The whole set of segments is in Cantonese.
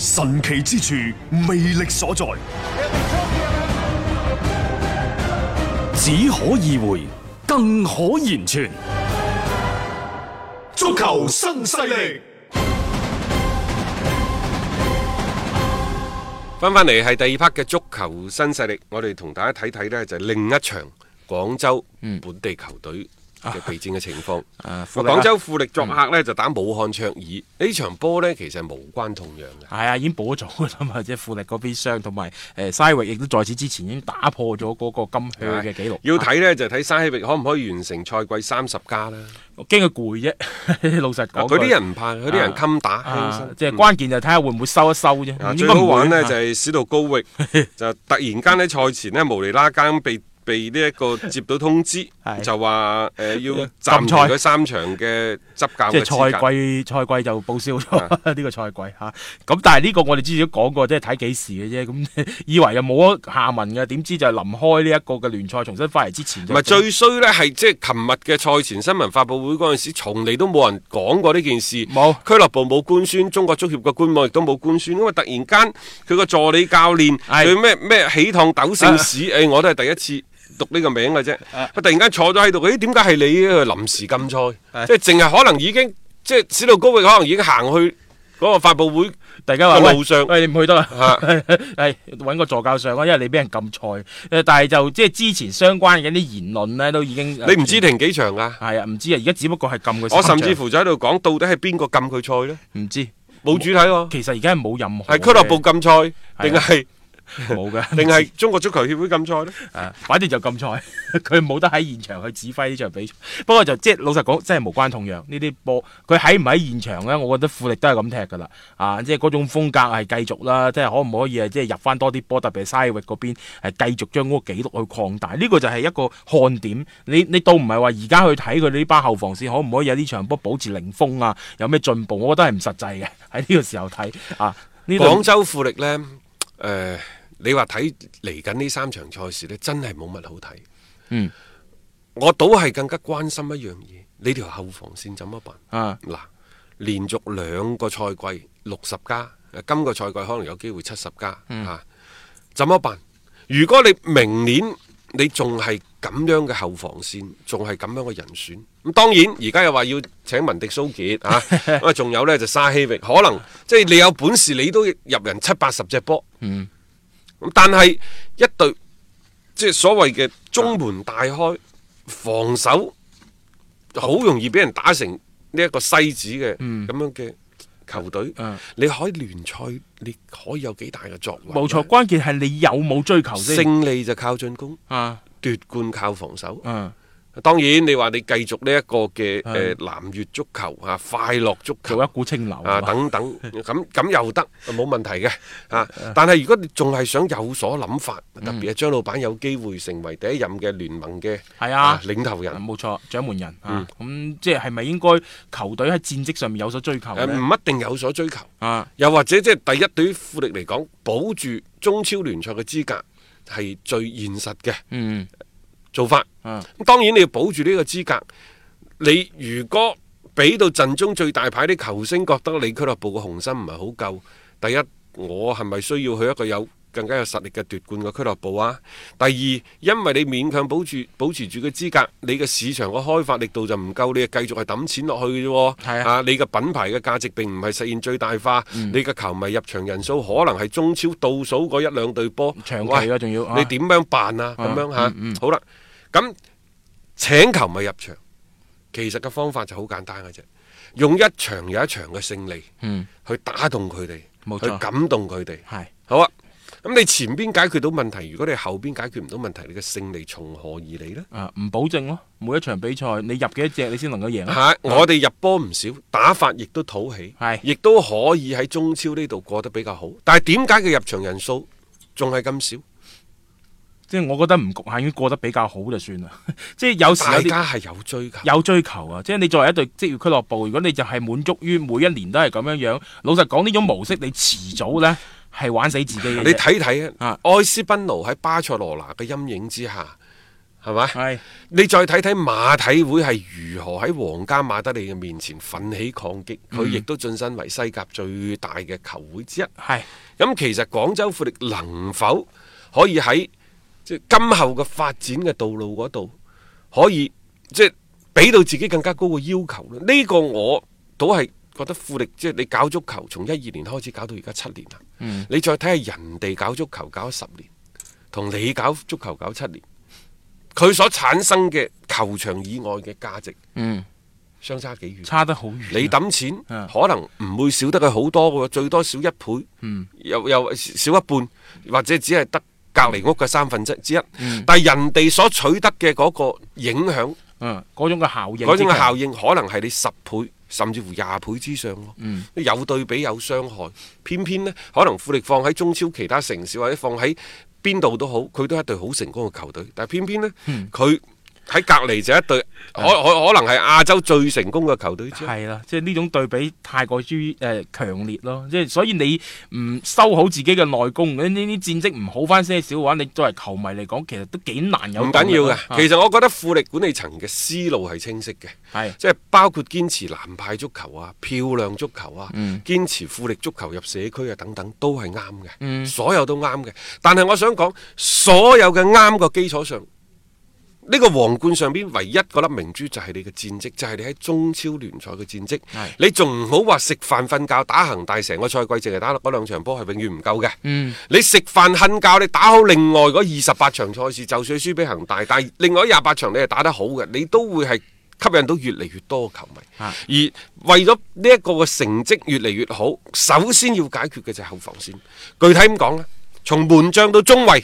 神奇之處，魅力所在，只可意會，更可言傳。足球新勢力，翻翻嚟係第二 part 嘅足球新勢力，我哋同大家睇睇呢，就係另一場廣州本地球隊嘅備戰嘅情況。嗯啊富力啊廣州富力作客呢，就打武漢卓爾，呢場波呢，其實係無關痛癢嘅。係啊，已經補咗㗎啦 嘛，即係富力嗰邊傷，同埋誒西域亦都在此之前已經打破咗嗰個金靴嘅記錄。啊要睇呢，就睇沙希域可唔可以完成賽季三十加啦。我驚佢攰啫， 老嗱實講。佢啊啲人唔怕，佢啲人啊襟打輕啊身，即係嗯關鍵就睇下會唔會收一收啫。啊，應最該好唔會玩呢啊 就係史度高域就突然間喺賽前呢，無厘啦更被被呢一 個接到通知，係呃就話誒要暫禁賽停佢三場嘅執教即嘅資係賽格。季賽季就報銷咗啊 呢個賽季嚇，咁但係呢個我哋之前都講過，即係睇幾時嘅啫。咁 以為又冇咗下文嘅，點知就係臨開呢一個嘅聯賽重新翻嚟之前就唔係最衰呢，係即係琴日嘅賽前新聞發佈會嗰陣時，從嚟都冇人講過呢件事。冇俱樂部冇官宣，中國足協嘅官網亦都冇官宣，因為突然間佢個助理教練係佢咩咩喜糖斗聖史，誒我都係第一次。讀呢個名嘅啫，突然間坐咗喺度，咦？點解係你嘅臨時禁賽？即係淨係可能已經，即係史路高域可能已經行去嗰個發佈會大家話個喂路上喂你唔去得啦，啊 係揾個助教上啊啦，因為你俾人禁賽。誒，但係就即係之前相關嘅啲言論咧，都已經呃你唔知停幾場㗎？係啊，唔知啊，而家只不過係禁佢三我場。甚至乎就喺度講，到底係邊個禁佢賽呢？唔知，冇主體喎，其實而家係冇任何係俱樂部禁賽，係定係嘅冇嘅， 定係中國足球協會禁賽呢？啊，反正就禁賽，佢冇得喺現場去指揮呢場比賽。不過就即係老實講，真係無關痛癢。呢啲波佢喺唔喺現場呢？我覺得富力都係咁踢㗎啦。啊，即係嗰種風格係繼續啦，即係可唔可以啊？即係入翻多啲波，特別係西域嗰邊係繼續將嗰個紀錄去擴大。呢、個就係一個看點。你你倒唔係話而家去睇佢呢班後防線可唔可以喺呢場波保持零封啊？有咩進步？我覺得係唔實際嘅喺呢個時候睇啊。呢度廣州富力呢，誒、你話睇嚟緊呢三場賽事呢，真係冇乜好睇。嗯，我倒係更加關心一樣嘢，你條後防線怎麼辦？啊嗱，連續兩個賽季六十加，誒今個賽季可能有機會七十加嚇、啊怎麼辦？如果你明年你仲係咁樣嘅後防線，仲係咁樣嘅人選，咁當然而家又話要請文迪蘇傑嚇，咁啊仲有呢就沙希域，可能即係你有本事你都入人七八十隻波，咁但係一隊即係所謂嘅中門大開，防守好容易俾人打成呢一個西子嘅咁樣嘅球隊，嗯你可以聯賽，你可以有幾大嘅作為？冇錯，，關鍵係你有冇追求先勝利就靠進攻，啊。奪冠靠防守。嗯。當然，你話你繼續呢一個嘅誒係南越足球啊、快樂足球做一股清流啊等等，咁咁又得，冇問題嘅啊。但係如果你仲係想有所諗法，特別係張老闆有機會成為第一任嘅聯盟嘅係啊領頭啊人，嗯冇錯，掌門人啊，咁、即係係咪應該球隊喺戰績上面有所追求誒唔呢？一定有所追求。啊，又或者即係第一對於富力嚟講，保住中超聯賽嘅資格係最現實嘅嗯，做法。啊，咁當然你要保住呢個資格，你如果俾到陣中最大牌啲球星覺得你俱樂部嘅雄心唔係好夠，第一我係咪需要去一個有更加有實力嘅奪冠嘅俱樂部啊？第二，因為你勉強保住保持住嘅資格，你嘅市場嘅開發力度就唔夠，你就繼續係抌錢落去嘅啫係喎。啊嗯你嘅品牌嘅價值並唔係實現最大化，你嘅球迷入場人數可能係中超倒數嗰一兩隊波，長期喂啊，仲要啊你點樣辦啊？啊咁樣嚇嗯嗯，好啦，咁請球迷入場，其實嘅方法就好簡單嘅啫，用一場又一場嘅勝利嗯，去打動佢哋冇，錯去感動佢哋。係好啊，咁你前邊解決到問題，如果你後邊解決唔到問題，你嘅勝利從何而嚟呢？啊，唔保證咯，每一場比賽你入幾多隻你先能夠贏嚇、啊？我哋入波唔少，打法亦都討喜係，亦都可以喺中超呢度過得比較好。但係點解佢入場人數仲係咁少？即係我覺得唔局限於過得比較好就算啦。 即係有時大有啲家係有追求。有追求啊！即係你作為一隊職業俱樂部，如果你就係滿足於每一年都係咁樣樣，老實講呢種模式，你遲早呢係玩死自己嘅啫。你睇睇啊啊，埃斯賓奴喺巴塞羅那嘅陰影之下，係咪？係你再睇睇馬體會係如何喺皇家馬德里嘅面前奮起抗擊，佢亦都晉身為西甲最大嘅球會之一。係咁其實廣州富力能否可以喺即係今後嘅發展嘅道路嗰度，可以即係俾到自己更加高嘅要求咧？呢、個我倒係覺得富力即係你搞足球，從一二年開始搞到而家七年啦。你再睇下人哋搞足球搞咗十年，同你搞足球搞七年，佢所產生嘅球場以外嘅價值嗯，相差幾遠？差得好遠啊。你抌錢啊可能唔會少得佢好多嘅喎，最多少一倍，嗯又又少一半，或者只係得隔離屋嘅三分之之一。但係人哋所取得嘅嗰個影響，嗯嗰種嘅效應，嗰種嘅效應，可能係你十倍甚至乎廿倍之上咯。嗯有對比有傷害，偏偏呢，可能富力放喺中超其他城市或者放喺邊度都好，佢都係一隊好成功嘅球隊，但係偏偏呢，嗯佢喺隔離就一隊可啊可可能係亞洲最成功嘅球隊之一。係啦，即係呢種對比太過於誒強烈咯，即係所以你唔收好自己嘅內功，呢呢啲戰績唔好翻些少嘅話，你作為球迷嚟講，其實都幾難有唔啊緊要嘅，其實實我覺得富力管理層嘅思路係清晰嘅，啊係即係包括堅持南派足球啊、漂亮足球啊、堅持富力足球入社區啊等等，都係啱嘅，所有都啱嘅。但係我想講，所有嘅啱個基礎上，呢、個皇冠上邊唯一嗰粒明珠就係你嘅戰績，就係、你喺中超聯賽嘅戰績係。你仲唔好話食飯瞓覺打恒大，成個賽季淨係打嗰兩場波係永遠唔夠嘅。你食飯瞓覺，你打好另外嗰二十八場賽事，就算輸俾恒大，但係另外廿八場你係打得好嘅，你都會係。吸引到越嚟越多嘅球迷，而為咗呢一個嘅成績越嚟越好，首先要解決嘅就係後防線。具體咁講咧，從門將到中衞，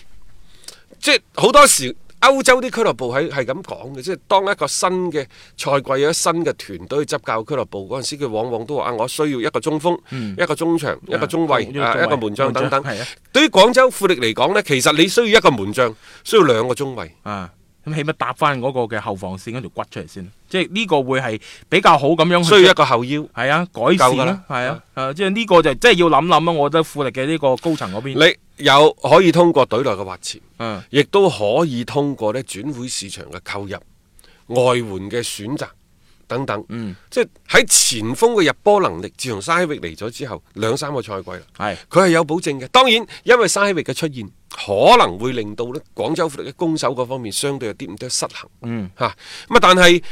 即係好多時歐洲啲俱樂部係係咁講嘅，即係當一個新嘅賽季有一新嘅團隊去執教俱樂部嗰陣時，佢往往都話啊，我需要一個中鋒、嗯一個中場、一個中一衞、個啊哦中衞一個門將等等門將係啊。對於廣州富力嚟講呢，其實你需要一個門將，需要兩個中衞。啊。咁起碼搭翻嗰個嘅後防線嗰條骨出嚟先，即係呢個會係比較好咁樣去需要一個後腰。係啊，改夠善㗎啦啦，係啊，啊，即係呢個就真係要諗諗啊！我覺得富力嘅呢個高層嗰邊，你有可以通過隊內嘅挖潛，嗯，亦都可以通過咧轉會市場嘅購入、外援嘅選擇等等。嗯，即係喺前鋒嘅入波能力，自從沙希域嚟咗之後，兩三個賽季啦，係佢係有保證嘅。當然，因為沙希域嘅出現，可能會令到咧廣州富力嘅攻守嗰方面相對有啲唔多失衡。嗯，嚇咁啊，但係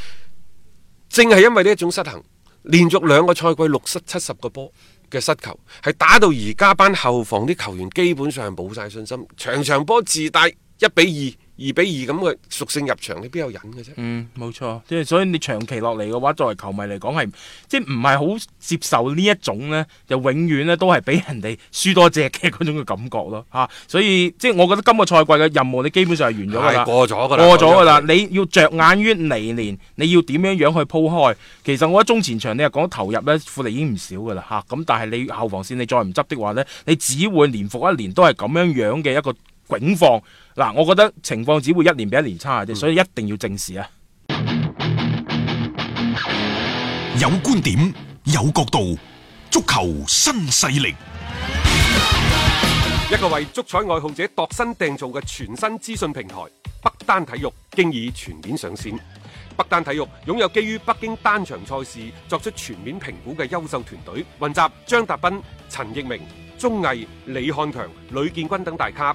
正係因為呢一種失衡，連續兩個賽季六失七十個波嘅失球，係打到而家班後防啲球員基本上係冇晒信心，場場波自帶一比二、二比二咁嘅屬性入場，你邊有忍嘅啫？嗯，冇錯，即係所以你長期落嚟嘅話，作為球迷嚟講係即係唔係好接受呢一種呢，就永遠呢都係俾人哋輸多隻嘅嗰種嘅感覺咯， 嚇、所以即係我覺得今個賽季嘅任務你基本上係完咗㗎啦係。過咗㗎啦，過咗㗎啦過，你要着眼於嚟年，你要點樣樣去鋪開。其實我覺得中前場你又講投入咧，富力已經唔少㗎啦嚇。咁但係你後防線你再唔執的話呢，你只會年復一年都係咁樣樣嘅一個境況。嗱，我覺得情況只會一年比一年差嘅啫，所以一定要正視啊！有觀點，有角度，足球新勢力。一個為足彩愛好者度身訂造嘅全新資訊平台北單體育，經已全面上線。北單體育擁有基於北京單場賽事作出全面評估嘅優秀團隊，雲集張達斌、陳奕明、鐘毅、李漢強、呂建軍等大咖，